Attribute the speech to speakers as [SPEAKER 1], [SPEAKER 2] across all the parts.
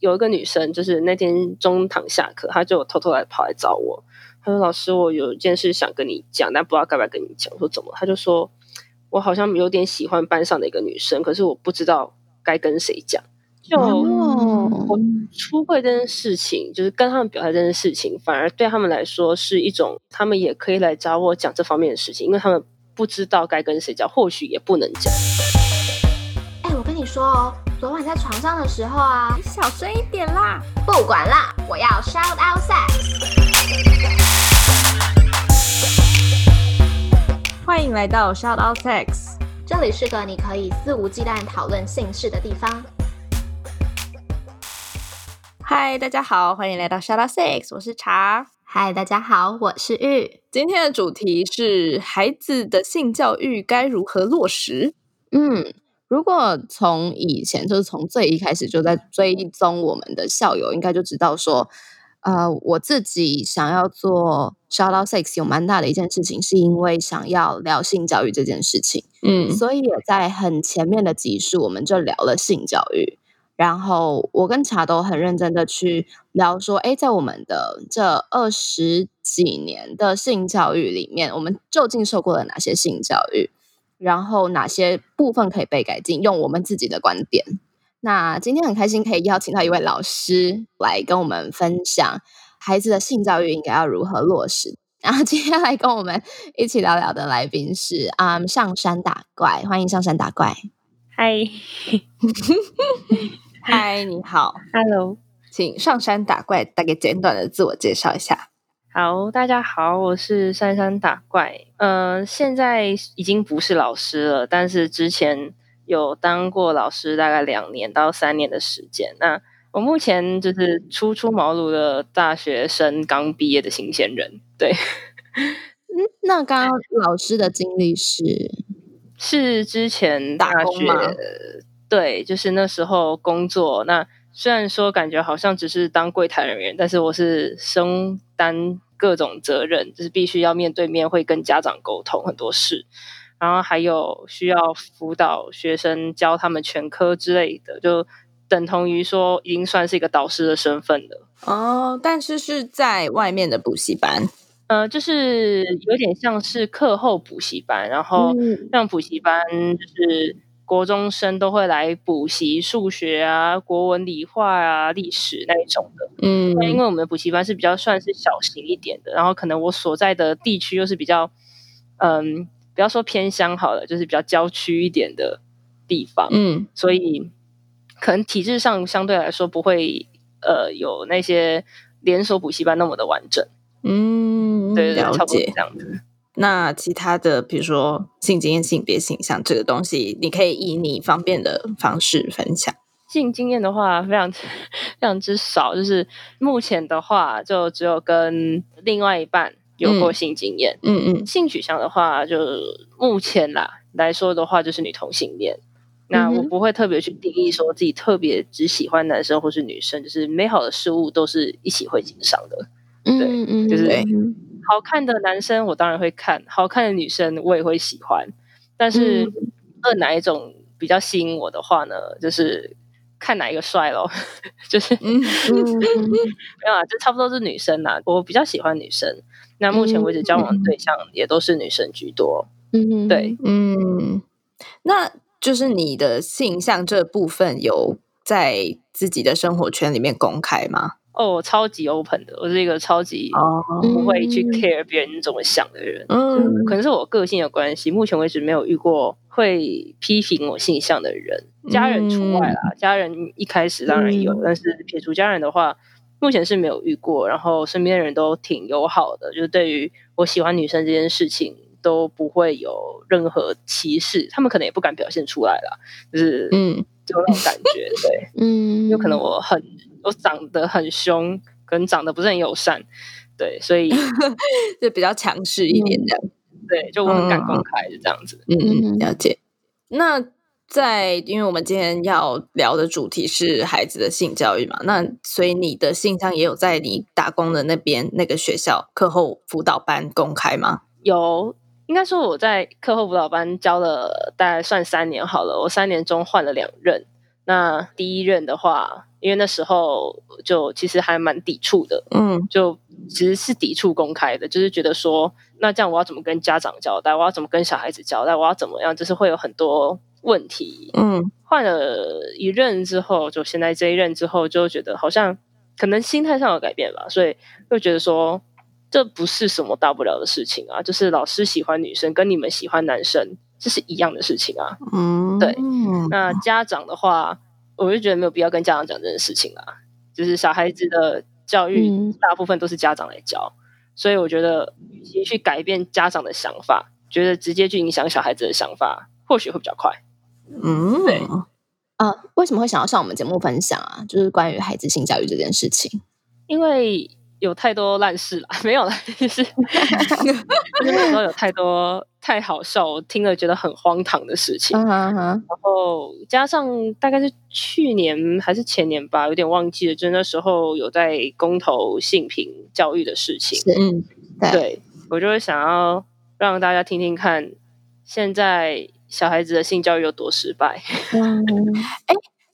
[SPEAKER 1] 有一个女生，就是那天中堂下课，她就偷偷来跑来找我，她说：“老师，我有一件事想跟你讲，但不知道该不该跟你讲。”我说：“怎么？”她就说：“我好像有点喜欢班上的一个女生，可是我不知道该跟谁讲。”就我出柜这件事情，就是跟他们表态这件事情，反而对他们来说是一种，他们也可以来找我讲这方面的事情，因为他们不知道该跟谁讲，或许也不能讲。
[SPEAKER 2] 哎、我跟你说哦，昨晚在床上的时候啊，
[SPEAKER 3] 小声一点啦！
[SPEAKER 2] 不管啦，我要 shout out sex。
[SPEAKER 3] 欢迎来到 Shout Out Sex，
[SPEAKER 2] 这里是个你可以肆无忌惮讨论性事的地方。
[SPEAKER 3] 嗨，大家好，欢迎来到 Shout Out Sex，我是茶。
[SPEAKER 2] 嗨，大家好，我是玉。
[SPEAKER 3] 今天的主题是孩子的性教育该如何落实？
[SPEAKER 4] 嗯，如果从以前就是从最一开始就在追踪我们的校友，应该就知道说，呃，我自己想要做 shout out sex 有蛮大的一件事情，是因为想要聊性教育这件事情，
[SPEAKER 3] 嗯
[SPEAKER 4] 所以也在很前面的集数我们就聊了性教育。然后我跟茶都很认真的去聊说，哎，在我们的这二十几年的性教育里面，我们究竟受过了哪些性教育？然后哪些部分可以被改进，用我们自己的观点。那今天很开心可以邀请到一位老师来跟我们分享孩子的性教育应该要如何落实。然后今天来跟我们一起聊聊的来宾是啊、嗯上山打怪，欢迎上山打怪。
[SPEAKER 1] 嗨
[SPEAKER 3] 嗨，你好，
[SPEAKER 1] ，Hello，
[SPEAKER 3] 请上山打怪，大概简短的自我介绍一下。
[SPEAKER 1] 好，大家好，我是珊珊打怪。呃，现在已经不是老师了，但是之前有当过老师，大概两年到三年的时间。那我目前就是初出茅庐的大学生，刚毕业的新鲜人。对，
[SPEAKER 4] 嗯，那刚刚老师的经历是，
[SPEAKER 1] 是之前
[SPEAKER 4] 打
[SPEAKER 1] 大
[SPEAKER 4] 工
[SPEAKER 1] 学
[SPEAKER 4] 吗
[SPEAKER 1] 对，就是那时候工作。那虽然说感觉好像只是当柜台人员，但是我是身担各种责任，就是必须要面对面会跟家长沟通很多事，然后还有需要辅导学生，教他们全科之类的，就等同于说已经算是一个导师的身份了。
[SPEAKER 3] 哦，但是是在外面的补习班，
[SPEAKER 1] 呃，就是有点像是课后补习班，然后
[SPEAKER 4] 嗯
[SPEAKER 1] 像补习班就是国中生都会来补习数学啊、国文、理化啊、历史那一种的。
[SPEAKER 3] 嗯
[SPEAKER 1] 那因为我们的补习班是比较算是小型一点的，然后可能我所在的地区又是比较，嗯，不要说偏乡好了，就是比较郊区一点的地方，
[SPEAKER 3] 嗯
[SPEAKER 1] 所以可能体制上相对来说不会呃有那些连锁补习班那么的完整。
[SPEAKER 3] 嗯，
[SPEAKER 1] 对对对，
[SPEAKER 3] 了
[SPEAKER 1] 差不多是
[SPEAKER 3] 解
[SPEAKER 1] 这。样子。
[SPEAKER 3] 那其他的，比如说性经验、性别倾向这个东西，你可以以你方便的方式分享。
[SPEAKER 1] 性经验的话，非常非常之少，就是目前的话，就只有跟另外一半有过性经验。
[SPEAKER 3] 嗯嗯
[SPEAKER 1] 性取向的话，就目前啦来说的话，就是女同性恋。那
[SPEAKER 4] 嗯
[SPEAKER 1] 我
[SPEAKER 4] 哼
[SPEAKER 1] 不会特别去定义说自己特别只喜欢男生或是女生，就是美好的事物都是一起会欣赏的。
[SPEAKER 4] 嗯嗯，
[SPEAKER 1] 就是
[SPEAKER 3] 对
[SPEAKER 4] 嗯
[SPEAKER 1] 好看的男生我当然会看，好看的女生我也会喜欢，但是
[SPEAKER 4] 嗯
[SPEAKER 1] 二哪一种比较吸引我的话呢，就是看哪一个帅咯，就是
[SPEAKER 3] 嗯
[SPEAKER 4] 嗯
[SPEAKER 1] 没有啊，就差不多是女生啦。我比较喜欢女生，那目前为止交往对象也都是女生居多。
[SPEAKER 4] 嗯，
[SPEAKER 1] 对，
[SPEAKER 3] 嗯，那就是你的性向这部分有在自己的生活圈里面公开吗？
[SPEAKER 1] 哦，我超级 open 的，我是一个超级
[SPEAKER 3] 哦，
[SPEAKER 1] 不会去
[SPEAKER 4] 嗯
[SPEAKER 1] care 别人怎么想的人。
[SPEAKER 3] 嗯
[SPEAKER 1] 可能是我个性的关系，目前为止没有遇过会批评我性向的人，家人除外啦。家人一开始当然有，
[SPEAKER 3] 嗯
[SPEAKER 1] 但是撇除家人的话，目前是没有遇过。然后身边的人都挺友好的，就是对于我喜欢女生这件事情都不会有任何歧视，他们可能也不敢表现出来啦，就是
[SPEAKER 3] 嗯
[SPEAKER 1] 就那种感觉， 对。
[SPEAKER 4] 嗯，
[SPEAKER 1] 有可能我很我长得很凶，可能长得不是很友善，对，所以
[SPEAKER 3] 就比较强势一点这样。
[SPEAKER 1] 对，就我很敢公
[SPEAKER 3] 嗯
[SPEAKER 1] 开是这样子。
[SPEAKER 3] 嗯，
[SPEAKER 4] 嗯
[SPEAKER 3] 了解。那在因为我们今天要聊的主题是孩子的性教育嘛，那所以你的性向也有在你打工的那边那个学校课后辅导班公开吗？
[SPEAKER 1] 有，应该说我在课后辅导班教了大概算三年好了，我三年中换了两任。那第一任的话，因为那时候就其实还蛮抵触的，
[SPEAKER 3] 嗯
[SPEAKER 1] 就其实是抵触公开的，就是觉得说，那这样我要怎么跟家长交代？我要怎么跟小孩子交代？我要怎么样？就是会有很多问题。
[SPEAKER 3] 嗯
[SPEAKER 1] 换了一任之后，就现在这一任之后，就觉得好像可能心态上有改变吧，所以就觉得说，这不是什么大不了的事情啊，就是老师喜欢女生跟你们喜欢男生，这是一样的事情啊。
[SPEAKER 3] 嗯，
[SPEAKER 1] 对那家长的话，我就觉得没有必要跟家长讲这件事情啊。就是小孩子的教育
[SPEAKER 4] 嗯
[SPEAKER 1] 大部分都是家长来教，所以我觉得，与其去改变家长的想法，觉得直接去影响小孩子的想法，或许会比较快。
[SPEAKER 3] 嗯，
[SPEAKER 1] 对
[SPEAKER 4] 呃，为什么会想要上我们节目分享啊？就是关于孩子性教育这件事情。
[SPEAKER 1] 因为有太多烂事了， 没有了，就是就是那时候有太多太好笑，我听了觉得很荒唐的事情。
[SPEAKER 4] 嗯哼哼，
[SPEAKER 1] 然后加上大概是去年还是前年吧，有点忘记了，就那时候有在公投性平教育的事情，
[SPEAKER 4] 是
[SPEAKER 3] 嗯
[SPEAKER 4] 对
[SPEAKER 1] 对我就会想要让大家听听看，现在小孩子的性教育有多失败。
[SPEAKER 4] 嗯，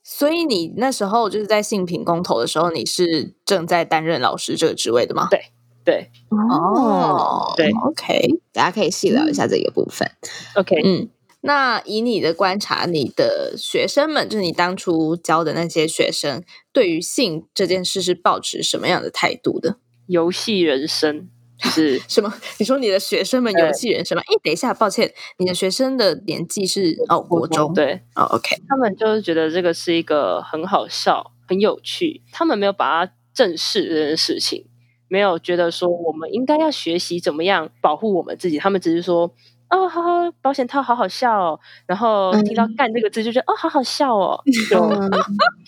[SPEAKER 3] 所以你那时候就是在性平公投的时候，你是正在担任老师这个职位的吗？
[SPEAKER 1] 对对
[SPEAKER 4] 哦，
[SPEAKER 1] 对
[SPEAKER 3] ，OK，
[SPEAKER 4] 大家可以细聊一下这个部分。
[SPEAKER 1] ，OK，
[SPEAKER 3] 嗯，那以你的观察，你的学生们，就是你当初教的那些学生，对于性这件事是抱持什么样的态度的？
[SPEAKER 1] 游戏人生就是
[SPEAKER 3] 什么？你说你的学生们
[SPEAKER 1] 对
[SPEAKER 3] 游戏人什么？哎，等一下，抱歉，你的学生的年纪是哦，国中
[SPEAKER 1] 对，
[SPEAKER 3] 哦，OK，
[SPEAKER 1] 他们就是觉得这个是一个很好笑、很有趣，他们没有把它正视这件事情，没有觉得说我们应该要学习怎么样保护我们自己，他们只是说。哦，好好，保险套好好笑哦。然后听到“干”这个字就觉得、哦，好好笑哦，就
[SPEAKER 4] 嗯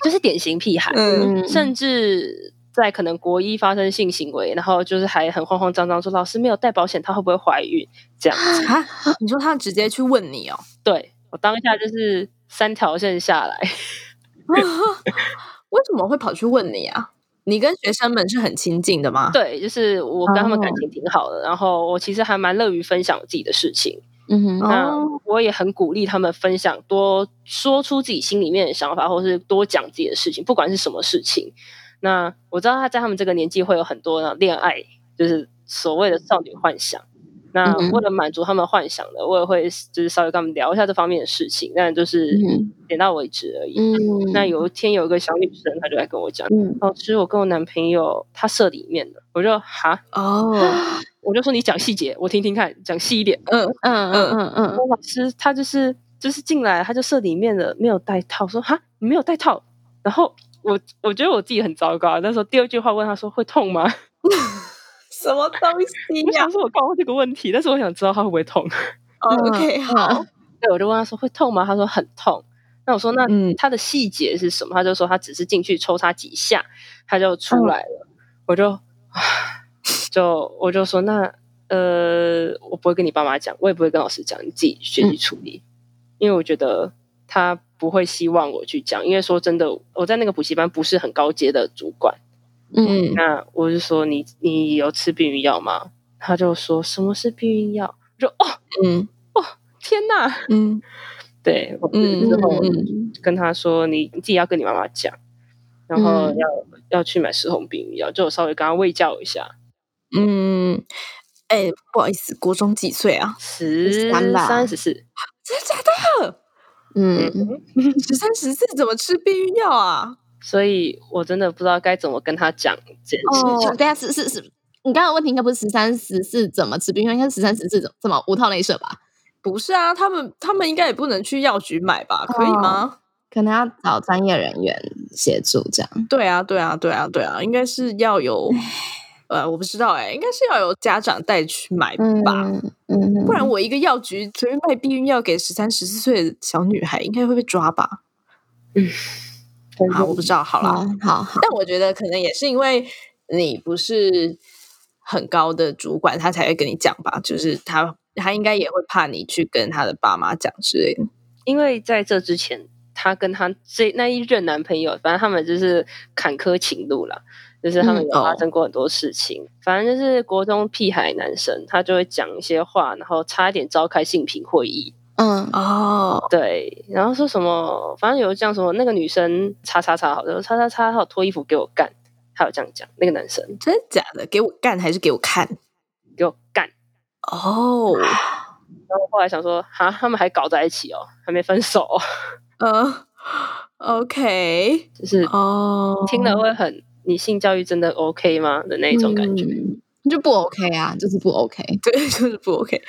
[SPEAKER 1] 就是典型屁孩。
[SPEAKER 3] 嗯
[SPEAKER 4] 嗯，
[SPEAKER 1] 甚至在可能国一发生性行为，然后就是还很慌慌张张说老师没有带保险套会不会怀孕这样子。
[SPEAKER 3] 啊，你说他直接去问你哦，
[SPEAKER 1] 对我当下就是三条线下来，
[SPEAKER 3] 为什么会跑去问你啊？你跟学生们是很亲近的吗？，
[SPEAKER 1] 对，就是我跟他们感
[SPEAKER 4] 哦
[SPEAKER 1] 情挺好的，然后我其实还蛮乐于分享我自己的事情。
[SPEAKER 4] 嗯哼，
[SPEAKER 1] 那
[SPEAKER 3] 哦，
[SPEAKER 1] 我也很鼓励他们分享，多说出自己心里面的想法，或是多讲自己的事情，不管是什么事情。那我知道他在他们这个年纪会有很多的恋爱，就是所谓的少女幻想。那
[SPEAKER 4] 嗯
[SPEAKER 1] 为了满足他们幻想的，我也会就是稍微跟他们聊一下这方面的事情，但就是
[SPEAKER 4] 嗯
[SPEAKER 1] 点到为止而已。
[SPEAKER 4] 嗯，
[SPEAKER 1] 那有一天有一个小女生，她就来跟我讲，
[SPEAKER 4] 嗯，
[SPEAKER 1] 老师，我跟我男朋友他社里面的，我就哈，
[SPEAKER 3] 哦，
[SPEAKER 1] 我就说你讲细节，我听听看，讲细一点。
[SPEAKER 3] 嗯，
[SPEAKER 4] 嗯嗯嗯
[SPEAKER 1] 我老师他就是就是进来他就社里面的没有带套，说哈你没有带套，然后我我觉得我自己很糟糕，那时候第二句话问他说会痛吗？
[SPEAKER 3] 什么东西
[SPEAKER 1] 我
[SPEAKER 3] 呀
[SPEAKER 1] 想说我搞问这个问题，但是我想知道他会不会痛，
[SPEAKER 3] ？OK，好，
[SPEAKER 1] 对，我就问他说会痛吗？他说很痛。那我说那
[SPEAKER 3] 嗯
[SPEAKER 1] 他的细节是什么？他就说他只是进去抽插几下，他就出来了。我就就我就说那呃，我不会跟你爸妈讲，我也不会跟老师讲，你自己学习处理。因为我觉得他不会希望我去讲，因为说真的，我在那个补习班不是很高阶的主管。
[SPEAKER 3] 嗯
[SPEAKER 1] 那我就说你你有吃避孕药吗？他就说什么是避孕药？我就哦
[SPEAKER 3] 嗯
[SPEAKER 1] 天哪！
[SPEAKER 3] 嗯
[SPEAKER 1] 对，我
[SPEAKER 3] 嗯
[SPEAKER 1] 之后
[SPEAKER 4] 嗯
[SPEAKER 1] 跟他说你你自己要跟你妈妈讲，然后
[SPEAKER 4] 嗯
[SPEAKER 1] 要、要去买食红避孕药，就我稍微跟他喂教一下，
[SPEAKER 3] 嗯，哎，不好意思，国中几岁啊？
[SPEAKER 1] 十
[SPEAKER 4] 13吧
[SPEAKER 1] 三十四，
[SPEAKER 3] 真的假的？
[SPEAKER 4] 嗯，
[SPEAKER 3] 十三十四怎么吃避孕药啊？
[SPEAKER 1] 所以我真的不知道该怎么跟他讲这件事情。
[SPEAKER 4] 对啊，是是是。你刚刚的问题应该不是十三十四怎么吃冰应该是十三十四怎怎么无套内射吧？
[SPEAKER 3] 不是啊，他们他们应该也不能去药局买吧？可以吗？
[SPEAKER 4] 可能要找专业人员协助这样。
[SPEAKER 3] 对啊，对啊，对啊，对啊，应该是要有，呃，我不知道哎、应该是要有家长带去买吧，
[SPEAKER 4] 嗯嗯，
[SPEAKER 3] 不然我一个药局随便卖避孕药给十三十四岁的小女孩，应该会被抓吧？
[SPEAKER 1] 但是
[SPEAKER 3] 啊，我不知道，好啦，
[SPEAKER 4] 好好好，
[SPEAKER 3] 但我觉得可能也是因为你不是很高的主管，他才会跟你讲吧，就是他他应该也会怕你去跟他的爸妈讲之类的。
[SPEAKER 1] 因为在这之前，她跟她这那一任男朋友，反正他们就是坎坷情路啦，就是他们
[SPEAKER 4] 嗯
[SPEAKER 1] 有发
[SPEAKER 3] 哦
[SPEAKER 1] 生过很多事情。反正就是国中屁孩男生，他就会讲一些话，然后差一点召开性平会议，
[SPEAKER 4] 嗯，
[SPEAKER 3] 哦，
[SPEAKER 1] 对，然后说什么，反正有这样什么，那个女生叉叉叉，好像叉叉叉，还有脱衣服给我干，还有这样讲，那个男生
[SPEAKER 3] 真的假的？给我干还是给我看？
[SPEAKER 1] 给我干，
[SPEAKER 3] 哦，
[SPEAKER 1] 然后后来想说，哈，他们还搞在一起哦，还没分手、哦，
[SPEAKER 3] 呃，OK，
[SPEAKER 1] 就是
[SPEAKER 3] 哦，
[SPEAKER 1] 听了会很，你性教育真的 OK 吗的那一种感觉。
[SPEAKER 4] 嗯就不 OK 啊，就是不 OK。
[SPEAKER 3] 对， 就是不 OK。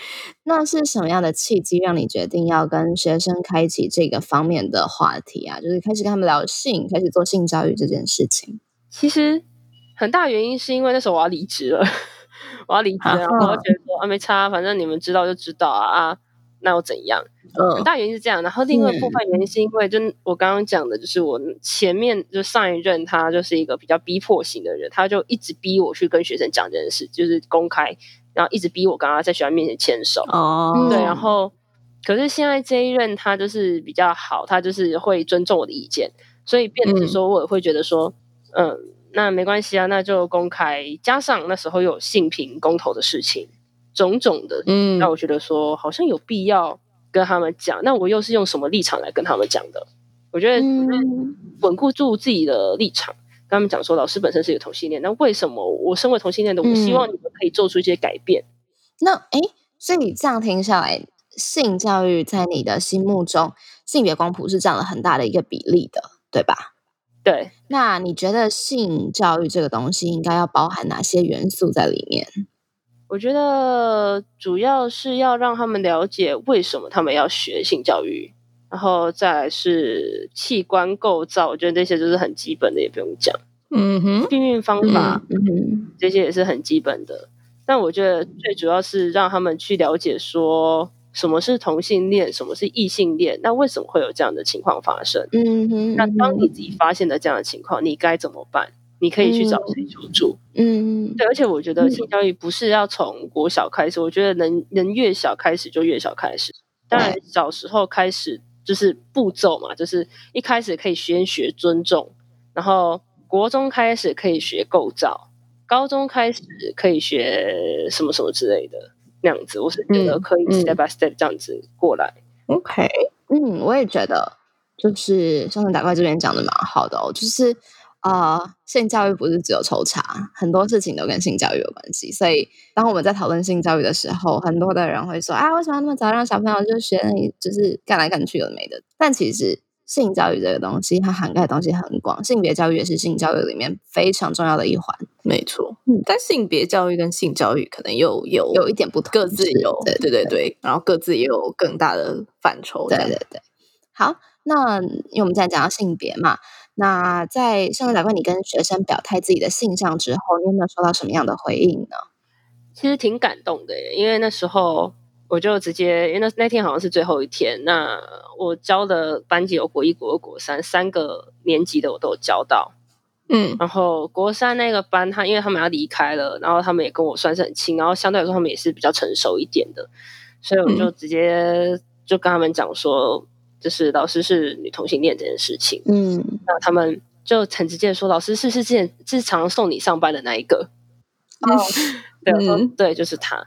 [SPEAKER 4] 那是什么样的契机让你决定要跟学生开启这个方面的话题啊？就是开始跟他们聊性，开始做性教育这件事情。
[SPEAKER 1] 其实很大原因是因为那时候我要离职了， 我要离职了，
[SPEAKER 3] 啊
[SPEAKER 1] 然后我觉得说啊没差，反正你们知道就知道啊啊，那又怎样？很
[SPEAKER 3] 嗯
[SPEAKER 1] 大原因是这样，然后另外一部分原因是因为，就我刚刚讲的，就是我前面就上一任他就是一个比较逼迫型的人，他就一直逼我去跟学生讲这件事，就是公开，然后一直逼我跟他在学校面前牵手，
[SPEAKER 3] 哦，
[SPEAKER 1] 对，
[SPEAKER 4] 嗯
[SPEAKER 1] 然后可是现在这一任他就是比较好，他就是会尊重我的意见，所以变得是说我也会觉得说，嗯、那没关系啊，那就公开，加上那时候有性平公投的事情，种种的，
[SPEAKER 3] 嗯
[SPEAKER 1] 那我觉得说好像有必要跟他们讲，那我又是用什么立场来跟他们讲的？我觉得
[SPEAKER 4] 嗯
[SPEAKER 1] 稳固住自己的立场，跟他们讲说，老师本身是一个同性恋，那为什么我身为同性恋的，我希望你们可以做出一些改变？
[SPEAKER 4] 那诶，所以这样听下来，性教育在你的心目中，性别光谱是占了很大的一个比例的，对吧？
[SPEAKER 1] 对，
[SPEAKER 4] 那你觉得性教育这个东西应该要包含哪些元素在里面？
[SPEAKER 1] 我觉得主要是要让他们了解为什么他们要学性教育，然后再来是器官构造，我觉得这些就是很基本的，也不用讲。
[SPEAKER 3] 嗯哼，
[SPEAKER 1] 避孕方法、
[SPEAKER 4] 嗯嗯
[SPEAKER 1] 这些也是很基本的，但我觉得最主要是让他们去了解说什么是同性恋，什么是异性恋，那为什么会有这样的情况发生？
[SPEAKER 4] 嗯哼，
[SPEAKER 1] 那当你
[SPEAKER 4] 嗯
[SPEAKER 1] 自己发现了这样的情况，你该怎么办？你可以去找谁求助？
[SPEAKER 4] 嗯
[SPEAKER 1] 对，而且我觉得性教育不是要从国小开始，我觉得能能越小开始就越小开始。当
[SPEAKER 3] 哦
[SPEAKER 1] 然，小时候开始就是步骤嘛，就是一开始可以先学尊重，然后国中开始可以学构造，高中开始可以学什么什么之类的那样子。我是觉得
[SPEAKER 3] 嗯
[SPEAKER 1] 可以
[SPEAKER 3] 嗯
[SPEAKER 1] step by step 这样子过来。
[SPEAKER 3] ，OK，
[SPEAKER 4] 嗯，我也觉得，就是上次打怪这边讲的蛮好的哦，就是呃，性教育不是只有抽查，很多事情都跟性教育有关系。所以当我们在讨论性教育的时候，很多的人会说啊，为什么那么早让小朋友就学那里，就是干来干去有的没的？但其实性教育这个东西，它涵盖的东西很广，性别教育也是性教育里面非常重要的一环，
[SPEAKER 3] 没错
[SPEAKER 4] 嗯。
[SPEAKER 3] 但性别教育跟性教育可能又有
[SPEAKER 4] 有一点不同，
[SPEAKER 3] 各自
[SPEAKER 4] 是
[SPEAKER 3] 有，
[SPEAKER 4] 对
[SPEAKER 3] 对对对，然后各自也有更大的范畴这
[SPEAKER 4] 对
[SPEAKER 3] 样，
[SPEAKER 4] 对对，好，那因为我们在讲到性别嘛，那在上个打怪你跟学生表态自己的性向之后，你有没有收到什么样的回应呢？
[SPEAKER 1] 其实挺感动的耶，因为那时候我就直接，因为那那天好像是最后一天，那我教的班级有国一、国二、国三三个年级的我都有教到，
[SPEAKER 3] 嗯
[SPEAKER 1] 然后国三那个班他因为他们要离开了，然后他们也跟我算是很亲，然后相对来说他们也是比较成熟一点的，所以我就直接就跟他们讲说，就是老师是女同性恋这件事情，
[SPEAKER 4] 嗯，
[SPEAKER 1] 那他们就很直接地说，老师是是之前是常送你上班的那一个，哦对，我说
[SPEAKER 3] 嗯
[SPEAKER 1] 对，就是他。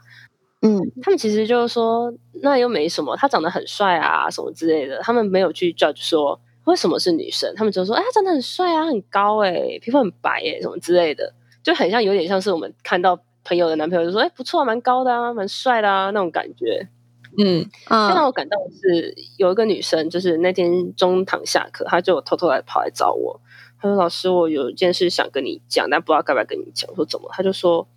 [SPEAKER 4] 嗯
[SPEAKER 1] 他们其实就是说，那又没什么，他长得很帅啊，什么之类的。他们没有去 judge 说为什么是女生，他们就说，哎，他长得很帅啊，很高哎、皮肤很白哎、什么之类的，就很像，有点像是我们看到朋友的男朋友就说，哎，不错、啊，蛮高的啊，蛮帅的啊那种感觉。
[SPEAKER 3] 嗯
[SPEAKER 1] 最让
[SPEAKER 4] 嗯
[SPEAKER 1] 我感动的是，有一个女生，就是那天中堂下课，她就偷偷来跑来找我，她说：“老师，我有一件事想跟你讲，但不知道该不该跟你讲。”我说：“怎么？”她就说：“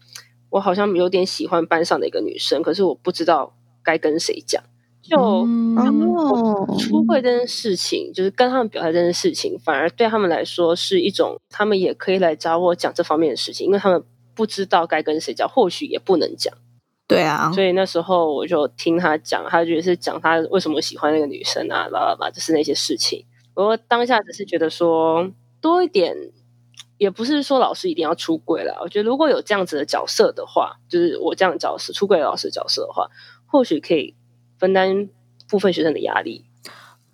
[SPEAKER 1] 我好像有点喜欢班上的一个女生，可是我不知道该跟谁讲。”就、
[SPEAKER 3] 嗯
[SPEAKER 1] 啊
[SPEAKER 4] 哦，
[SPEAKER 1] 出柜这件事情，就是跟他们表态这件事情，反而对他们来说是一种，他们也可以来找我讲这方面的事情，因为他们不知道该跟谁讲，或许也不能讲。
[SPEAKER 3] 对啊，
[SPEAKER 1] 所以那时候我就听他讲，他就是讲他为什么喜欢那个女生啊，啦啦啦，就是那些事情。我当下只是觉得说多一点，也不是说老师一定要出柜啦。我觉得如果有这样子的角色的话，就是我这样的角色出柜的老师角色的话，或许可以分担部分学生的压力。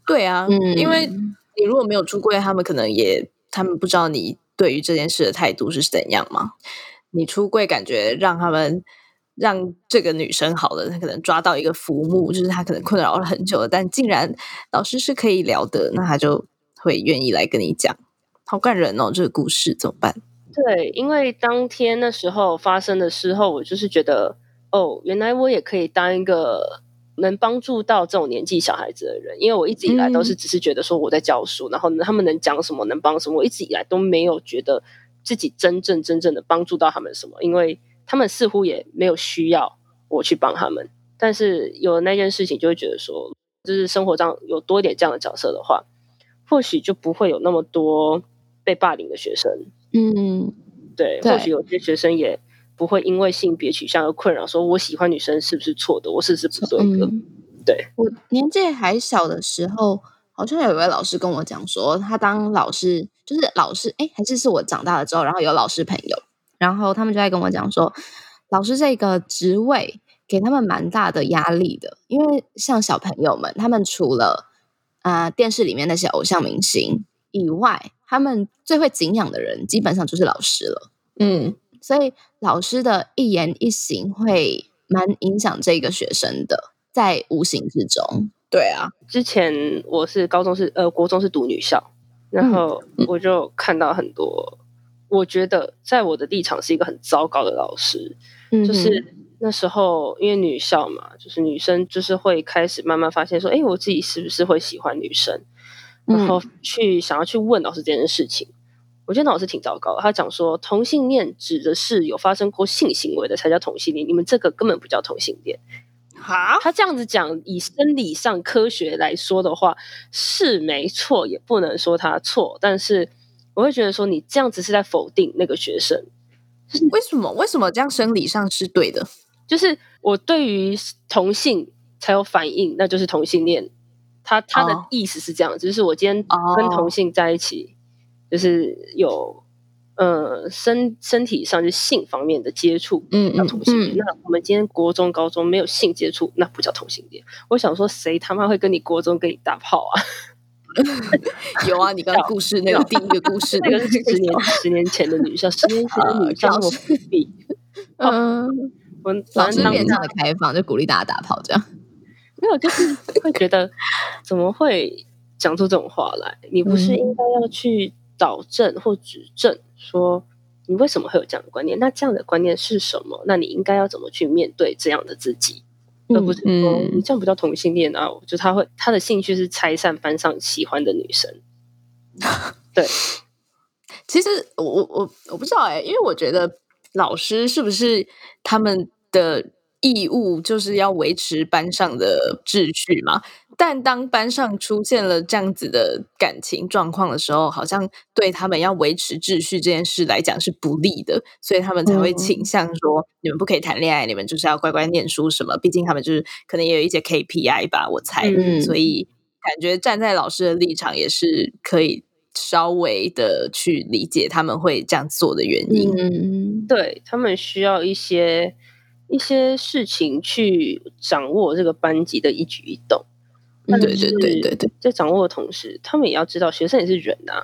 [SPEAKER 3] 对啊，
[SPEAKER 4] 嗯
[SPEAKER 3] 因为你如果没有出柜，他们可能也他们不知道你对于这件事的态度是怎样嘛。你出柜，感觉让他们让这个女生好了，她可能抓到一个浮木，就是她可能困扰了很久了，但竟然老师是可以聊的，那她就会愿意来跟你讲。好感人哦，这个故事怎么办？
[SPEAKER 1] 对，因为当天那时候发生的时候，我就是觉得，哦，原来我也可以当一个能帮助到这种年纪小孩子的人，因为我一直以来都是只是觉得说我在教书，然后呢他们能讲什么，能帮什么，我一直以来都没有觉得自己真正真正的帮助到他们什么，因为他们似乎也没有需要我去帮他们。但是有了那件事情，就会觉得说，就是生活上有多一点这样的角色的话，或许就不会有那么多被霸凌的学生。
[SPEAKER 4] 嗯，
[SPEAKER 1] 对，
[SPEAKER 4] 对
[SPEAKER 1] 或许有些学生也不会因为性别取向而困扰，说我喜欢女生是不是错的，我是不是不对的？
[SPEAKER 4] 嗯，
[SPEAKER 1] 对。
[SPEAKER 4] 我年纪还小的时候，好像有一位老师跟我讲说，他当老师就是老师，哎，还是是我长大了之后，然后有老师朋友，然后他们就在跟我讲说，老师这个职位给他们蛮大的压力的，因为像小朋友们，他们除了啊、呃电视里面那些偶像明星以外，他们最会敬仰的人基本上就是老师了。
[SPEAKER 3] 嗯，
[SPEAKER 4] 所以老师的一言一行会蛮影响这个学生的，在无形之中。
[SPEAKER 3] 对啊，
[SPEAKER 1] 之前我是高中是呃国中是读女校，
[SPEAKER 4] 嗯
[SPEAKER 1] 然后我就看到很多，我觉得在我的立场是一个很糟糕的老师，
[SPEAKER 4] 嗯
[SPEAKER 1] 就是那时候因为女校嘛，就是女生就是会开始慢慢发现说，哎，我自己是不是会喜欢女生，然后去想要去问老师这件事情。我觉得老师挺糟糕的，他讲说同性恋指的是有发生过性行为的才叫同性恋，你们这个根本不叫同性恋。
[SPEAKER 3] 哈，
[SPEAKER 1] 他这样子讲，以生理上科学来说的话是没错，也不能说他错，但是我会觉得说你这样子是在否定那个学生。
[SPEAKER 3] 为什么？为什么这样生理上是对的？
[SPEAKER 1] 就是我对于同性才有反应，那就是同性恋。他他的
[SPEAKER 3] 哦
[SPEAKER 1] 意思是这样就是我今天跟同性在一起就是有呃身身体上就是性方面的接触，
[SPEAKER 3] 嗯
[SPEAKER 1] 叫同性恋。那我们今天国中、高中没有性接触，那不叫同性恋。我想说，谁他妈会跟你国中跟你打炮啊？
[SPEAKER 3] 有啊，你刚刚故事那个第一个故事，
[SPEAKER 1] 那个是 十年十年前的女校，十年前的女校
[SPEAKER 3] 呃
[SPEAKER 1] 我不比。哦
[SPEAKER 4] 嗯，
[SPEAKER 1] 我
[SPEAKER 4] 老师
[SPEAKER 1] 反正
[SPEAKER 4] 变
[SPEAKER 1] 当
[SPEAKER 4] 相的开放，就鼓励大家打炮这样。
[SPEAKER 1] 没有，就是会觉 得怎么会讲出这种话来？你不
[SPEAKER 3] 嗯
[SPEAKER 1] 是应该要去导正或指正，说你为什么会有这样的观念？那这样的观念是什么？那你应该要怎么去面对这样的自己？而不是说
[SPEAKER 3] 嗯
[SPEAKER 1] 你这样不叫同性恋啊！就他会他的兴趣是拆散班上喜欢的女生，
[SPEAKER 3] 其实我我我我不知道哎、因为我觉得老师是不是他们的义务就是要维持班上的秩序嘛？但当班上出现了这样子的感情状况的时候，好像对他们要维持秩序这件事来讲是不利的，所以他们才会
[SPEAKER 4] 嗯
[SPEAKER 3] 倾向说、你们不可以谈恋爱，你们就是要乖乖念书什么。毕竟他们就是可能也有一些 KPI 吧，我猜。
[SPEAKER 4] 嗯
[SPEAKER 3] 所以感觉站在老师的立场也是可以稍微的去理解他们会这样做的原因。
[SPEAKER 4] 嗯，
[SPEAKER 1] 对他们需要一些一些事情去掌握这个班级的一举一动。
[SPEAKER 4] 嗯
[SPEAKER 3] 对对对对对，
[SPEAKER 1] 在掌握的同时，他们也要知道学生也是人啊，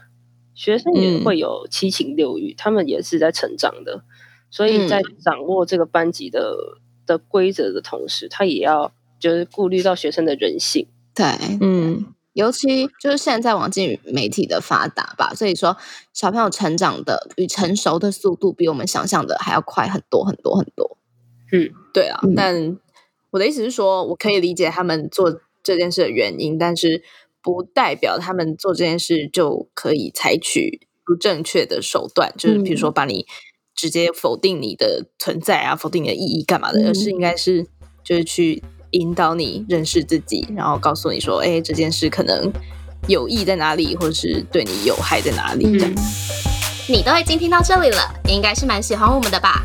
[SPEAKER 1] 学生也
[SPEAKER 3] 嗯
[SPEAKER 1] 会有七情六欲，他们也是在成长的，所
[SPEAKER 3] 嗯
[SPEAKER 1] 以在掌握这个班级的的规则的同时，他也要就是顾虑到学生的人性。
[SPEAKER 4] 对，
[SPEAKER 3] 嗯，
[SPEAKER 4] 尤其就是现在网际媒体的发达吧，所以说小朋友成长的与成熟的速度比我们想象的还要快很多很多很多。
[SPEAKER 3] 对啊。
[SPEAKER 4] 嗯
[SPEAKER 3] 但我的意思是说，我可以理解他们做这件事的原因，但是不代表他们做这件事就可以采取不正确的手段，就是
[SPEAKER 4] 嗯
[SPEAKER 3] 比如说把你直接否定你的存在啊，否定你的意义干嘛的，而是
[SPEAKER 4] 嗯
[SPEAKER 3] 应该是就是去引导你认识自己，然后告诉你说，哎，这件事可能有益在哪里，或者是对你有害在哪里这样。
[SPEAKER 4] 嗯
[SPEAKER 2] 你都已经听到这里了，你应该是蛮喜欢我们的吧？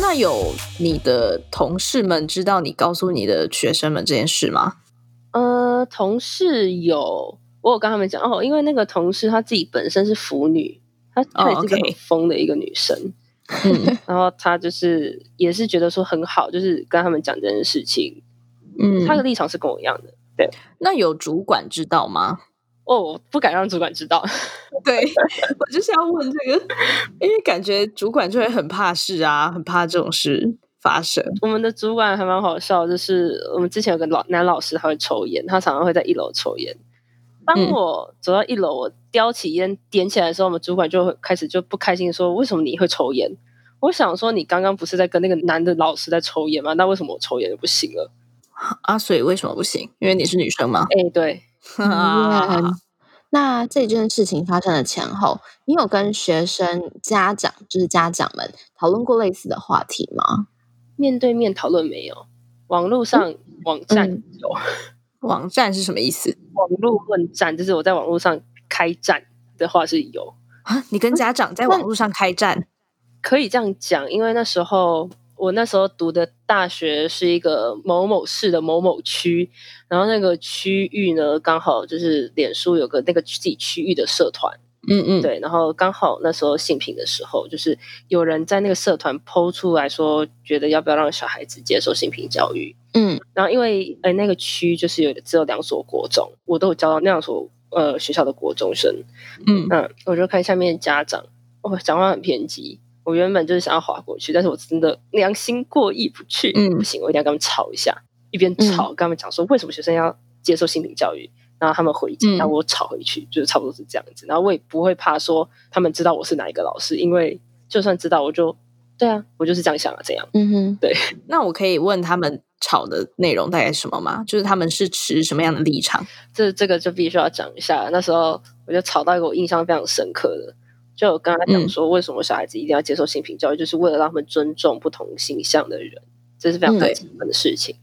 [SPEAKER 3] 那那有你的同事们知道你告诉你的学生们这件事吗？
[SPEAKER 1] 呃，同事有，我有跟他们讲哦，因为那个同事她自己本身是腐女，她她也是个很
[SPEAKER 3] 哦 OK
[SPEAKER 1] 疯的一个女生。
[SPEAKER 3] 嗯
[SPEAKER 1] 然后她就是也是觉得说很好，就是跟他们讲这件事情，她的
[SPEAKER 3] 嗯，
[SPEAKER 1] 立场是跟我一样的。
[SPEAKER 3] 那有主管知道吗？
[SPEAKER 1] 哦，我不敢让主管知道，
[SPEAKER 3] 对， 我就是要问这个，因为感觉主管就会很怕事啊，很怕这种事发生。
[SPEAKER 1] 我们的主管还蛮好笑，就是我们之前有个老男老师，他会抽烟，他常常会在一楼抽烟。当
[SPEAKER 3] 嗯
[SPEAKER 1] 我走到一楼，我叼起烟点起来的时候，我们主管就会开始就不开心，说：“为什么你会抽烟？”我想说，你刚刚不是在跟那个男的老师在抽烟吗？那为什么我抽烟就不行了？
[SPEAKER 3] 啊，所以为什么不行？因为你是女生吗？
[SPEAKER 1] 哎、对，
[SPEAKER 4] 嗯那这件事情发生的前后，你有跟学生、家长，就是家长们讨论过类似的话题吗？
[SPEAKER 1] 面对面讨论没有，网络上、网站
[SPEAKER 4] 嗯
[SPEAKER 1] 有、
[SPEAKER 3] 网站是什么意思
[SPEAKER 1] 网络论战，就是我在网络上开战的话是有，
[SPEAKER 3] 啊？你跟家长在网络上开战？
[SPEAKER 1] 可以这样讲，因为那时候我那时候读的大学是一个某某市的某某区，然后那个区域呢，刚好就是脸书有个那个自己区域的社团，
[SPEAKER 3] 嗯嗯，
[SPEAKER 1] 对，然后刚好那时候性平的时候，就是有人在那个社团抛出来说，觉得要不要让小孩子接受性平教育，
[SPEAKER 4] 嗯
[SPEAKER 1] 然后因为呃那个区就是有只有两所国中，我都有教到那两所呃学校的国中生，
[SPEAKER 3] 嗯
[SPEAKER 1] 嗯，我就看下面的家长，我、讲话很偏激。我原本就是想要划过去，但是我真的良心过意不去，
[SPEAKER 3] 嗯
[SPEAKER 1] 不行，我一定要跟他们吵一下，一边吵、跟他们讲说为什么学生要接受心理教育，然后他们回击，
[SPEAKER 3] 嗯
[SPEAKER 1] 然后我吵回去，就是差不多是这样子。然后我也不会怕说他们知道我是哪一个老师，因为就算知道，我就对啊，我就是这样想啊，这样。
[SPEAKER 4] 嗯哼，
[SPEAKER 3] 那我可以问他们吵的内容大概是什么吗？就是他们是持什么样的立场？
[SPEAKER 1] 这这个就必须要讲一下。那时候我就吵到一个我印象非常深刻的，就我跟他讲说，为什么小孩子一定要接受性平教育，就是为了让他们尊重不同形象的人，这是非常
[SPEAKER 4] 嗯
[SPEAKER 1] 基本的事情。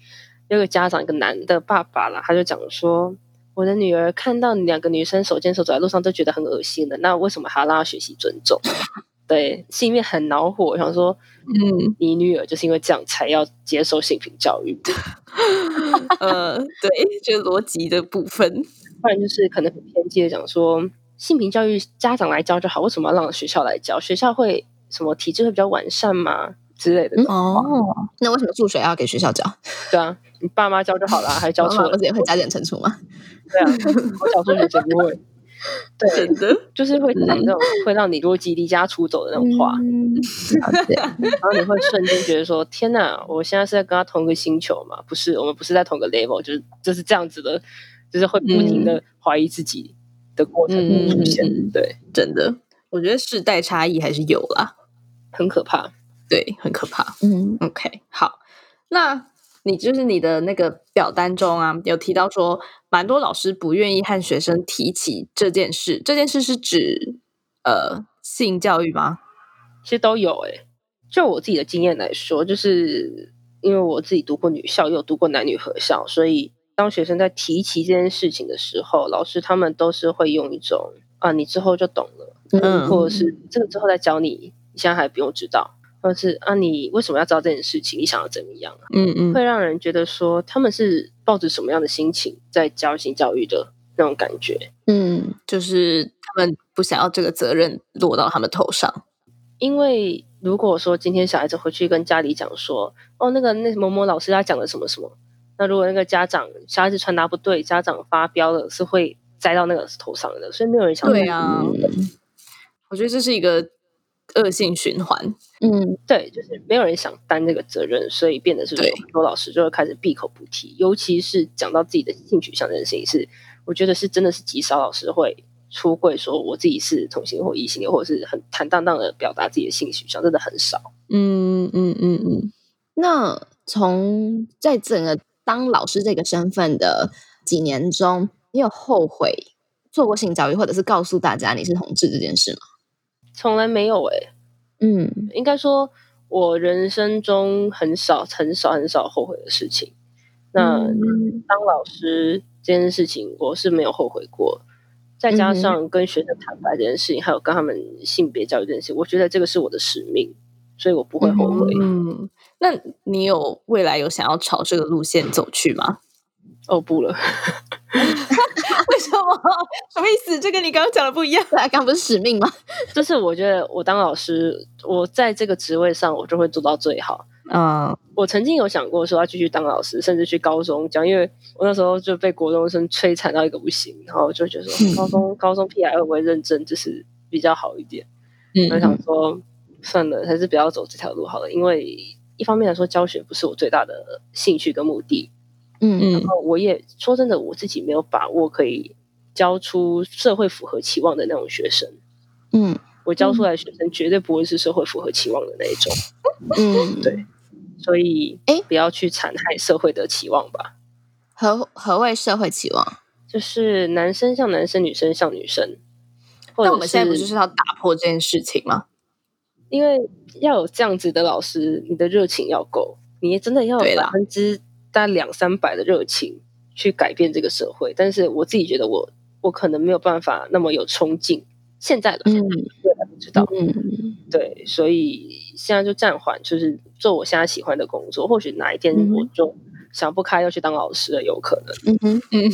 [SPEAKER 1] 有个家长，一个男的爸爸啦，他就讲说，我的女儿看到你两个女生手牵手走在路上都觉得很恶心的，那为什么还要让她学习尊重？ 对，心里面很恼火，我想说
[SPEAKER 3] 嗯，
[SPEAKER 1] 你女儿就是因为这样才要接受性平教育，
[SPEAKER 3] 呃，对，就是逻辑的部分。
[SPEAKER 1] 不然就是可能很偏激的讲说，性平教育家长来教就好，为什么要让学校来教？学校会什么体制会比较完善吗之类的？
[SPEAKER 3] 哦，
[SPEAKER 4] 那为什么数学要给学校教？
[SPEAKER 1] 对啊，你爸妈教就好啦，还教错
[SPEAKER 4] 妈妈
[SPEAKER 1] 了
[SPEAKER 4] 不是？也会加减乘除吗？
[SPEAKER 1] 对啊，我小数学姐不 会。对
[SPEAKER 3] 真，的，
[SPEAKER 1] 就是会
[SPEAKER 3] 嗯
[SPEAKER 1] 讲这种会让你逻辑离家出走的那种话，
[SPEAKER 4] 嗯，了解
[SPEAKER 1] 然后你会瞬间觉得说：天哪，我现在是在跟他同一个星球嘛？不是，我们不是在同一个 level，就是就是这样子的，就是会不停的怀疑自己的过程中出现，
[SPEAKER 3] 嗯嗯嗯嗯
[SPEAKER 1] 对，
[SPEAKER 3] 真的，我觉得世代差异还是有啦，
[SPEAKER 1] 很可怕。
[SPEAKER 3] 对，很可怕。
[SPEAKER 4] 嗯
[SPEAKER 3] OK，好，那你就是你的那个表单中啊，有提到说，蛮多老师不愿意和学生提起这件事。这件事是指呃性教育吗？
[SPEAKER 1] 其实都有诶、就我自己的经验来说，就是因为我自己读过女校，也有读过男女合校，所以当学生在提起这件事情的时候，老师他们都是会用一种啊，你之后就懂了，
[SPEAKER 3] 嗯
[SPEAKER 1] 或者是这个之后再教你，你现在还不用知道，或者是啊，你为什么要知道这件事情？你想要怎么样？
[SPEAKER 3] 嗯嗯
[SPEAKER 1] 会让人觉得说他们是抱着什么样的心情在教性教育的那种感觉。
[SPEAKER 4] 嗯
[SPEAKER 3] 就是他们不想要这个责任落到他们头上。
[SPEAKER 1] 因为如果说今天小孩子回去跟家里讲说，哦，那个那某某老师他讲了什么什么，那如果那个家长小孩子传达不对，家长发飙了，是会栽到那个头上的，所以没有人想
[SPEAKER 3] 对啊，
[SPEAKER 4] 嗯
[SPEAKER 3] 我觉得这是一个恶性循环。
[SPEAKER 4] 嗯
[SPEAKER 1] 对，就是没有人想担这个责任，所以变得是说
[SPEAKER 3] 对
[SPEAKER 1] 很多老师就会开始闭口不提，尤其是讲到自己的性取向这件事情是，我觉得是真的是极少老师会出柜说我自己是同性或异性恋，或者是很坦荡荡的表达自己的性取向，真的很少。
[SPEAKER 3] 嗯嗯嗯嗯，
[SPEAKER 4] 那从在整个当老师这个身份的几年中，你有后悔做过性教育，或者是告诉大家你是同志这件事吗？
[SPEAKER 1] 从来没有欸诶、
[SPEAKER 4] 嗯
[SPEAKER 1] 应该说，我人生中很少、很少、很少后悔的事情。那
[SPEAKER 4] 嗯
[SPEAKER 1] 当老师这件事情，我是没有后悔过。再加上跟学生坦白这件事情，还有跟他们性别教育这件事情，我觉得这个是我的使命。所以我不会后悔。
[SPEAKER 3] 嗯，那你有未来有想要朝这个路线走去吗？
[SPEAKER 1] 哦，不了，
[SPEAKER 3] 为什么？什么意思？这跟你刚刚讲的不一样。
[SPEAKER 4] 对啊，刚不是使命吗？
[SPEAKER 1] 就是我觉得我当老师，我在这个职位上我就会做到最好。
[SPEAKER 3] 嗯
[SPEAKER 1] 我曾经有想过说要继续当老师，甚至去高中教，因为我那时候就被国中生摧残到一个不行，然后我就觉得说高中高中 P I 会不会认真就是比较好一点？我就
[SPEAKER 3] 嗯
[SPEAKER 1] 想说算了，还是不要走这条路好了，因为一方面来说教学不是我最大的兴趣跟目的，
[SPEAKER 4] 嗯
[SPEAKER 3] 嗯
[SPEAKER 1] 然后我也说真的我自己没有把握可以教出社会符合期望的那种学生，
[SPEAKER 4] 嗯
[SPEAKER 1] 我教出来的学生绝对不会是社会符合期望的那一种，
[SPEAKER 4] 嗯，
[SPEAKER 1] 对所以
[SPEAKER 4] 诶
[SPEAKER 1] 不要去残害社会的期望吧。
[SPEAKER 4] 何何谓社会期望？
[SPEAKER 1] 就是男生像男生，女生像女生。或
[SPEAKER 3] 那
[SPEAKER 1] 者
[SPEAKER 3] 我们现在不就是要打破这件事情吗？
[SPEAKER 1] 因为要有这样子的老师，你的热情要够，你真的要
[SPEAKER 3] 对
[SPEAKER 1] 有
[SPEAKER 3] 啦
[SPEAKER 1] 百分之大概两三百的热情去改变这个社会。但是我自己觉得我，我可能没有办法那么有冲劲。现在的
[SPEAKER 4] 嗯
[SPEAKER 1] 未来不知道，
[SPEAKER 4] 嗯
[SPEAKER 1] 对，所以现在就暂缓，就是做我现在喜欢的工作。或许哪一天
[SPEAKER 4] 嗯哼
[SPEAKER 1] 我就想不开要去当老师了，有可能。
[SPEAKER 4] 嗯哼，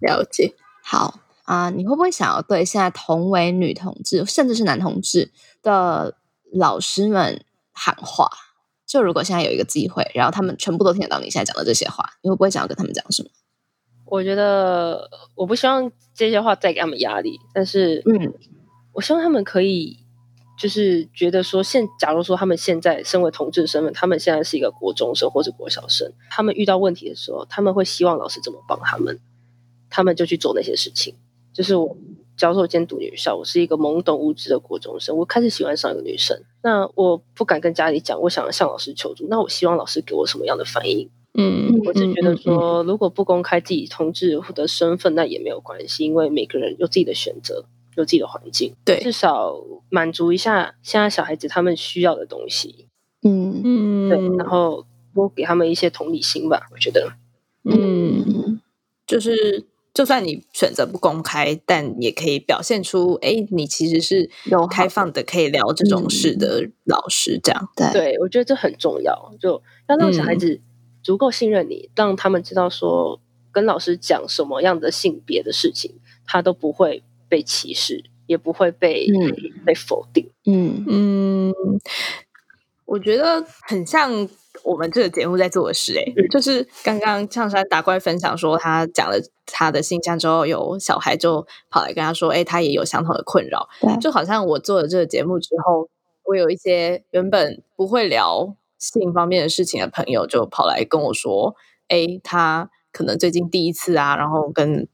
[SPEAKER 3] 了解。
[SPEAKER 4] 好啊、你会不会想要对现在同为女同志，甚至是男同志的老师们喊话？就如果现在有一个机会，然后他们全部都听得到你现在讲的这些话，你会不会想要跟他们讲什么？
[SPEAKER 1] 我觉得我不希望这些话带给他们压力，但是
[SPEAKER 4] 嗯
[SPEAKER 1] 我希望他们可以就是觉得说现，假如说他们现在身为同志身份，他们现在是一个国中生或者国小生，他们遇到问题的时候，他们会希望老师怎么帮他们，他们就去做那些事情。就是我，假如说我今天读女校，我是一个懵懂无知的国中生，我开始喜欢上一个女生，那我不敢跟家里讲，我想向老师求助，那我希望老师给我什么样的反应？
[SPEAKER 3] 嗯
[SPEAKER 1] 我只觉得说，如果不公开自己同志的身份，那也没有关系，因为每个人有自己的选择，有自己的环境，
[SPEAKER 3] 对
[SPEAKER 1] 至少满足一下现在小孩子他们需要的东西，
[SPEAKER 4] 嗯
[SPEAKER 3] 嗯
[SPEAKER 1] 对，然后多给他们一些同理心吧，我觉得，
[SPEAKER 3] 嗯，
[SPEAKER 4] 嗯
[SPEAKER 3] 就是就算你选择不公开，但也可以表现出，哎，你其实是
[SPEAKER 4] 友好的嗯
[SPEAKER 3] 开放的，可以聊这种事的老师，这样。
[SPEAKER 4] 对
[SPEAKER 1] 对我觉得这很重要，就要让小
[SPEAKER 3] 嗯
[SPEAKER 1] 孩子足够信任你，让他们知道说，跟老师讲什么样的性别的事情，他都不会被歧视，也不会被、被否定。
[SPEAKER 4] 嗯
[SPEAKER 3] 嗯，我觉得很像我们这个节目在做的事、欸，
[SPEAKER 1] 嗯
[SPEAKER 3] 就是刚刚象山打怪分享说，他讲了他的信箱之后，有小孩就跑来跟他说，哎、他也有相同的困扰
[SPEAKER 4] 对，
[SPEAKER 3] 就好像我做了这个节目之后，我有一些原本不会聊性方面的事情的朋友，就跑来跟我说，哎、他可能最近第一次啊，然后跟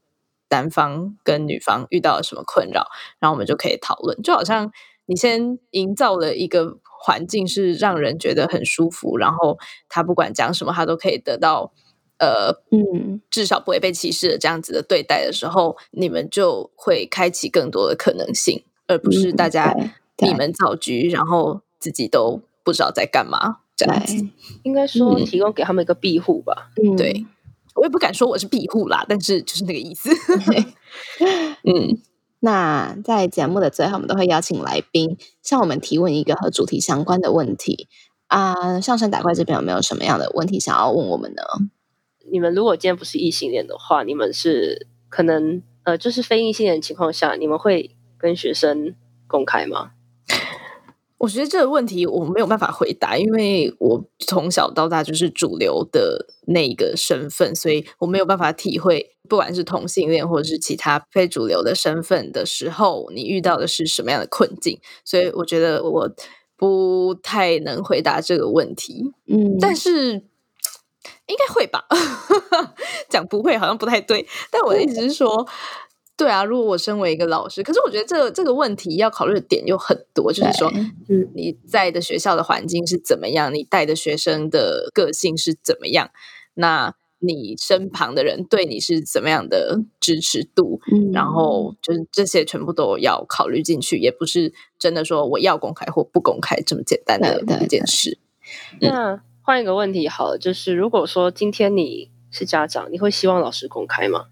[SPEAKER 3] 男方跟女方遇到了什么困扰，然后我们就可以讨论，就好像你先营造了一个环境是让人觉得很舒服，然后他不管讲什么，他都可以得到呃
[SPEAKER 4] 嗯
[SPEAKER 3] 至少不会被歧视的这样子的对待的时候，你们就会开启更多的可能性，而不是
[SPEAKER 4] 嗯
[SPEAKER 3] 大家
[SPEAKER 4] 对对
[SPEAKER 3] 你们造局，然后自己都不知道在干嘛这样子。
[SPEAKER 4] 对
[SPEAKER 1] 应该说
[SPEAKER 3] 嗯
[SPEAKER 1] 提供给他们一个庇护吧。
[SPEAKER 4] 嗯
[SPEAKER 3] 对，我也不敢说我是庇护啦，但是就是那个意思。 嗯，
[SPEAKER 4] 那在节目的最后，我们都会邀请来宾向我们提问一个和主题相关的问题。啊、上山打怪这边有没有什么样的问题想要问我们呢？
[SPEAKER 1] 你们如果今天不是异性恋的话，你们是可能呃，就是非异性恋的情况下，你们会跟学生公开吗？
[SPEAKER 3] 我觉得这个问题我没有办法回答，因为我从小到大就是主流的那一个身份，所以我没有办法体会，不管是同性恋或者是其他非主流的身份的时候，你遇到的是什么样的困境。所以我觉得我不太能回答这个问题，
[SPEAKER 4] 嗯，
[SPEAKER 3] 但是应该会吧？ 讲不会好像不太对，但我的意思是说。对啊，如果我身为一个老师，可是我觉得这个这个问题要考虑的点有很多，就是说
[SPEAKER 4] 对
[SPEAKER 3] 你在的学校的环境是怎么样，你带的学生的个性是怎么样，那你身旁的人对你是怎么样的支持度，
[SPEAKER 4] 嗯
[SPEAKER 3] 然后就是这些全部都要考虑进去，也不是真的说我要公开或不公开这么简单的
[SPEAKER 4] 对对
[SPEAKER 3] 一件事。
[SPEAKER 1] 那换一个问题好了，就是如果说今天你是家长，你会希望老师公开吗？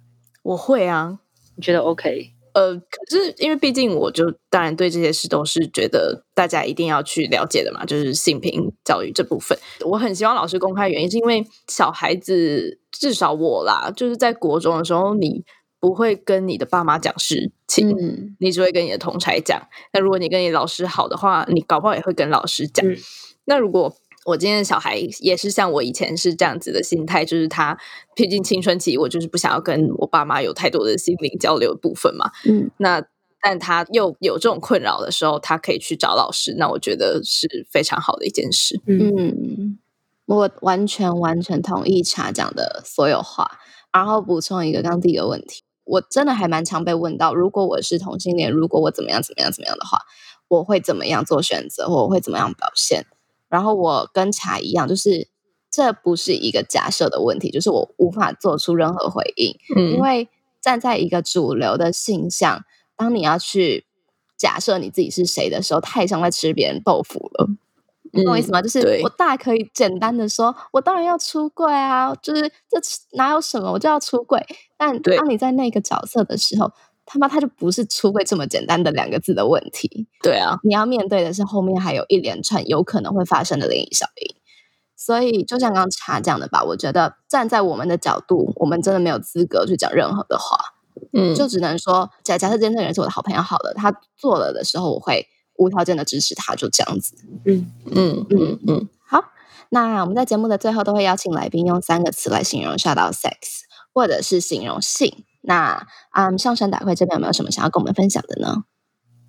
[SPEAKER 3] 我会啊，
[SPEAKER 1] 你觉得 OK？
[SPEAKER 3] 呃，可是因为毕竟我就当然对这些事都是觉得大家一定要去了解的嘛，就是性平教育这部分，我很希望老师公开的原因是因为小孩子，至少我啦，就是在国中的时候，你不会跟你的爸妈讲事情，
[SPEAKER 4] 嗯，
[SPEAKER 3] 你只会跟你的同才讲。那如果你跟你老师好的话，你搞不好也会跟老师讲。
[SPEAKER 1] 嗯
[SPEAKER 3] 那如果我今天的小孩也是像我以前是这样子的心态，就是他毕竟青春期，我就是不想要跟我爸妈有太多的心灵交流的部分嘛。
[SPEAKER 4] 嗯，
[SPEAKER 3] 那但他又有这种困扰的时候，他可以去找老师，那我觉得是非常好的一件事。
[SPEAKER 1] 嗯
[SPEAKER 4] 嗯，我完全完全同意茶讲的所有话。然后补充一个刚刚第一个问题，我真的还蛮常被问到，如果我是同性恋，如果我怎么样怎么样怎么样的话，我会怎么样做选择，或我会怎么样表现？然后我跟茶一样，就是这不是一个假设的问题，就是我无法做出任何回应，因
[SPEAKER 3] 嗯
[SPEAKER 4] 为站在一个主流的性向，当你要去假设你自己是谁的时候，太像在吃别人豆腐了。
[SPEAKER 3] 嗯
[SPEAKER 4] 你懂我意思吗？就是
[SPEAKER 3] 对
[SPEAKER 4] 我大可以简单的说，我当然要出柜啊，就是这哪有什么，我就要出柜。但
[SPEAKER 3] 对
[SPEAKER 4] 当你在那个角色的时候，他妈他就不是出柜这么简单的两个字的问题，
[SPEAKER 3] 对啊，
[SPEAKER 4] 你要面对的是后面还有一连串有可能会发生的涟漪效应。所以，就像刚刚茶讲的吧，我觉得站在我们的角度，我们真的没有资格去讲任何的话。
[SPEAKER 3] 嗯，
[SPEAKER 4] 就只能说，假假设今天这个人是我的好朋友好了，他做了的时候，我会无条件的支持他，就这样子。
[SPEAKER 3] 嗯嗯嗯
[SPEAKER 4] 好，那我们在节目的最后都会邀请来宾用三个词来形容 shout out sex，或者是形容性。那嗯，上山打会这边有没有什么想要跟我们分享的呢？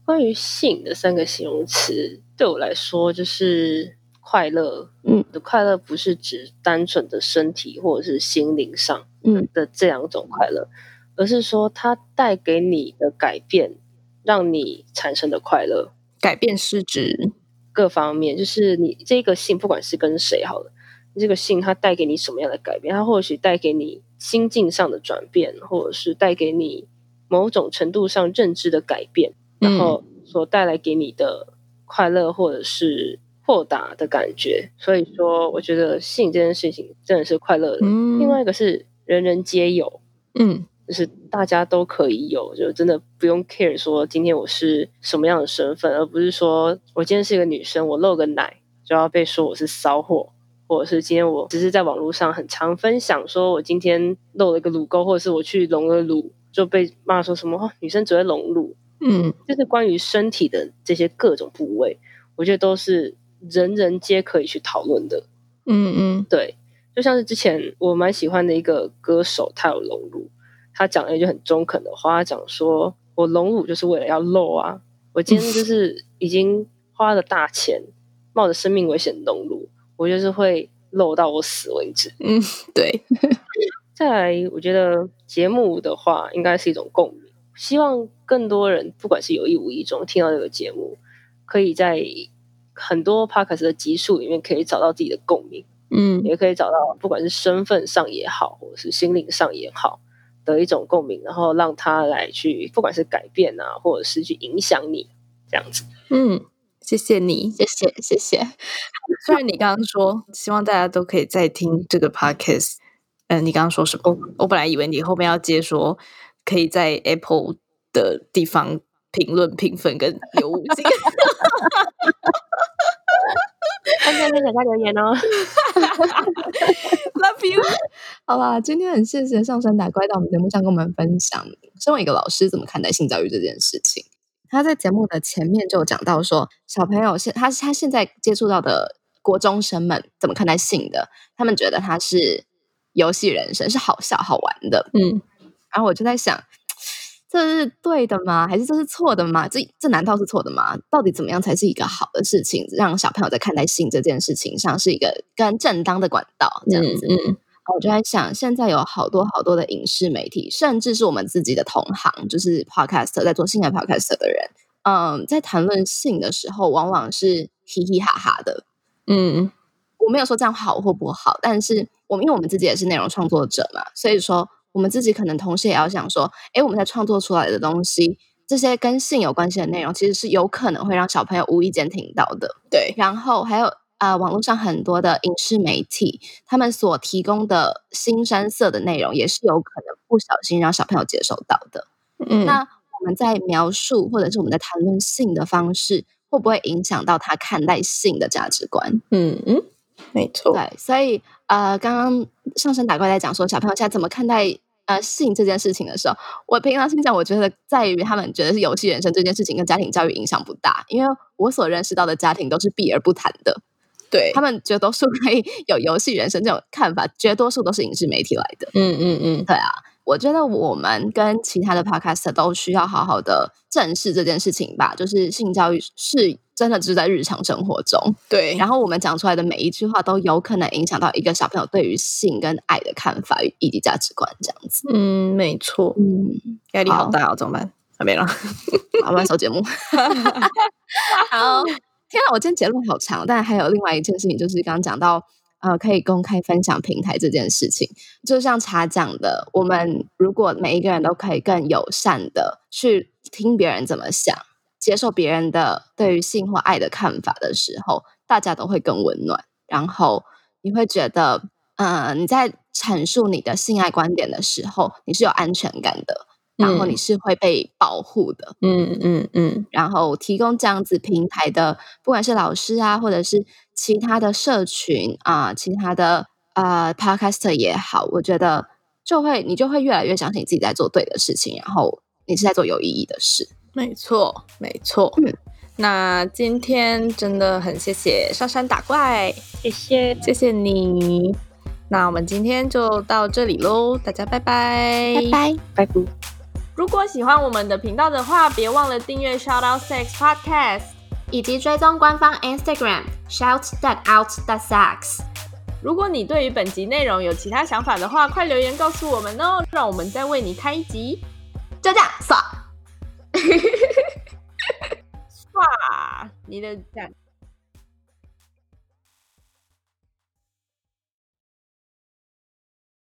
[SPEAKER 1] 关于性的三个形容词，对我来说就是快乐。
[SPEAKER 4] 嗯，
[SPEAKER 1] 的快乐不是指单纯的身体或者是心灵上
[SPEAKER 4] 嗯
[SPEAKER 1] 的这两种快乐，而是说它带给你的改变，让你产生的快乐。
[SPEAKER 3] 改变是指
[SPEAKER 1] 各方面，就是你这个性，不管是跟谁好了，你这个性它带给你什么样的改变？它或许带给你心境上的转变，或者是带给你某种程度上认知的改变，然后所带来给你的快乐或者是豁达的感觉。所以说，我觉得性这件事情真的是快乐的。
[SPEAKER 3] 嗯，
[SPEAKER 1] 另外一个是人人皆有，
[SPEAKER 3] 嗯
[SPEAKER 1] 就是大家都可以有，就真的不用 care 说今天我是什么样的身份，而不是说我今天是一个女生，我露个奶就要被说我是骚货，或者是今天我只是在网络上很常分享说我今天露了一个乳沟，或者是我去隆了乳就被骂说什么、哦、女生只会隆乳，
[SPEAKER 3] 嗯
[SPEAKER 1] 就是关于身体的这些各种部位，我觉得都是人人皆可以去讨论的。
[SPEAKER 3] 嗯嗯
[SPEAKER 1] 对，就像是之前我蛮喜欢的一个歌手，他有隆乳，他讲了一句很中肯的话，他讲说我隆乳就是为了要露啊，我今天就是已经花了大钱，冒着生命危险隆乳，我就是会露到我死为止。
[SPEAKER 3] 嗯，对，
[SPEAKER 1] 再来，我觉得节目的话，应该是一种共鸣，希望更多人，不管是有意无意中听到这个节目，可以在很多 podcast 的集数里面可以找到自己的共鸣。
[SPEAKER 3] 嗯
[SPEAKER 1] 也可以找到，不管是身份上也好，或者是心灵上也好的一种共鸣，然后让他来去，不管是改变啊，或者是去影响你这样子。
[SPEAKER 3] 嗯，谢谢你。
[SPEAKER 4] 谢谢，谢谢。
[SPEAKER 3] 虽然你刚刚说希望大家都可以再听这个 podcast，嗯、你刚刚说什么？我本来以为你后面要接说可以在 Apple 的地方评论、评分跟有五 星。
[SPEAKER 1] 按赞、分享、加留言哦，
[SPEAKER 3] Love you。
[SPEAKER 4] 好啦，今天很谢谢上山打怪到我们节目上跟我们分享，身为一个老师怎么看待性教育这件事情。他在节目的前面就有讲到说，小朋友现他他现在接触到的国中生们怎么看待性的，他们觉得他是游戏人生，是好笑好玩的。
[SPEAKER 3] 嗯
[SPEAKER 4] 然后我就在想，这是对的吗？还是这是错的吗？这这难道是错的吗？到底怎么样才是一个好的事情，让小朋友在看待性这件事情上是一个更正当的管道？这样子，
[SPEAKER 3] 嗯
[SPEAKER 4] 我就在想，现在有好多好多的影视媒体，甚至是我们自己的同行，就是 podcast 在做性爱 podcast 的人，嗯，在谈论性的时候，往往是嘻嘻哈哈的。
[SPEAKER 3] 嗯
[SPEAKER 4] 我没有说这样好或不好，但是我们因为我们自己也是内容创作者嘛，所以说我们自己可能同时也要想说，诶，我们在创作出来的东西，这些跟性有关系的内容，其实是有可能会让小朋友无意间听到的。
[SPEAKER 3] 嗯，对，
[SPEAKER 4] 然后还有呃，网络上很多的影视媒体，他们所提供的新山色的内容，也是有可能不小心让小朋友接收到的。
[SPEAKER 3] 嗯
[SPEAKER 4] 那我我们在描述或者是我们在谈论性的方式，会不会影响到他看待性的价值观？
[SPEAKER 3] 嗯嗯，没错，
[SPEAKER 4] 对，所以呃，刚刚上升打怪在讲说小朋友现在怎么看待呃性这件事情的时候，我平常心讲，我觉得在于他们觉得是游戏人生这件事情跟家庭教育影响不大，因为我所认识到的家庭都是避而不谈的，
[SPEAKER 3] 对
[SPEAKER 4] 他，们绝多数可以 有游戏人生这种看法，绝多数都是影视媒体来的。
[SPEAKER 3] 嗯嗯嗯，
[SPEAKER 4] 对啊，我觉得我们跟其他的 podcast 都需要好好的正视这件事情吧，就是性教育是真的只在日常生活中。
[SPEAKER 3] 对，
[SPEAKER 4] 然后我们讲出来的每一句话都有可能影响到一个小朋友对于性跟爱的看法与以及价值观，这样子。
[SPEAKER 3] 嗯，没错，
[SPEAKER 4] 嗯，
[SPEAKER 3] 压力好
[SPEAKER 4] 好
[SPEAKER 3] 大哦，怎么办？啊，没了，
[SPEAKER 4] 好，我们收节目。 好，天啊，我今天结论好长，但还有另外一件事情，就是刚刚讲到。呃，可以公开分享平台这件事情，就像茶讲的，我们如果每一个人都可以更友善的去听别人怎么想，接受别人的对于性或爱的看法的时候，大家都会更温暖。然后你会觉得，呃，你在阐述你的性爱观点的时候，你是有安全感的，然后
[SPEAKER 3] 嗯
[SPEAKER 4] 你是会被保护的。
[SPEAKER 3] 嗯嗯嗯，
[SPEAKER 4] 然后提供这样子平台的，不管是老师啊，或者是其他的社群啊、其他的呃 podcaster 也好，我觉得就会你就会越来越相信你自己在做对的事情，然后你是在做有意义的事。
[SPEAKER 3] 没错，没错，
[SPEAKER 4] 嗯
[SPEAKER 3] 那今天真的很谢谢上山打怪，
[SPEAKER 1] 谢谢，
[SPEAKER 3] 谢谢你。那我们今天就到这里喽，大家拜拜，
[SPEAKER 4] 拜拜。
[SPEAKER 1] 拜拜。
[SPEAKER 3] 如果喜欢我们的频道的话，别忘了订阅 Shout Out Sex Podcast。
[SPEAKER 2] 以及追踪官方 Instagram shout that out that sucks。
[SPEAKER 3] 如果你对于本集内容有其他想法的话，快留言告诉我们哦，让我们再为你开一集。
[SPEAKER 2] 就这样，爽。
[SPEAKER 3] 啊哇，你的感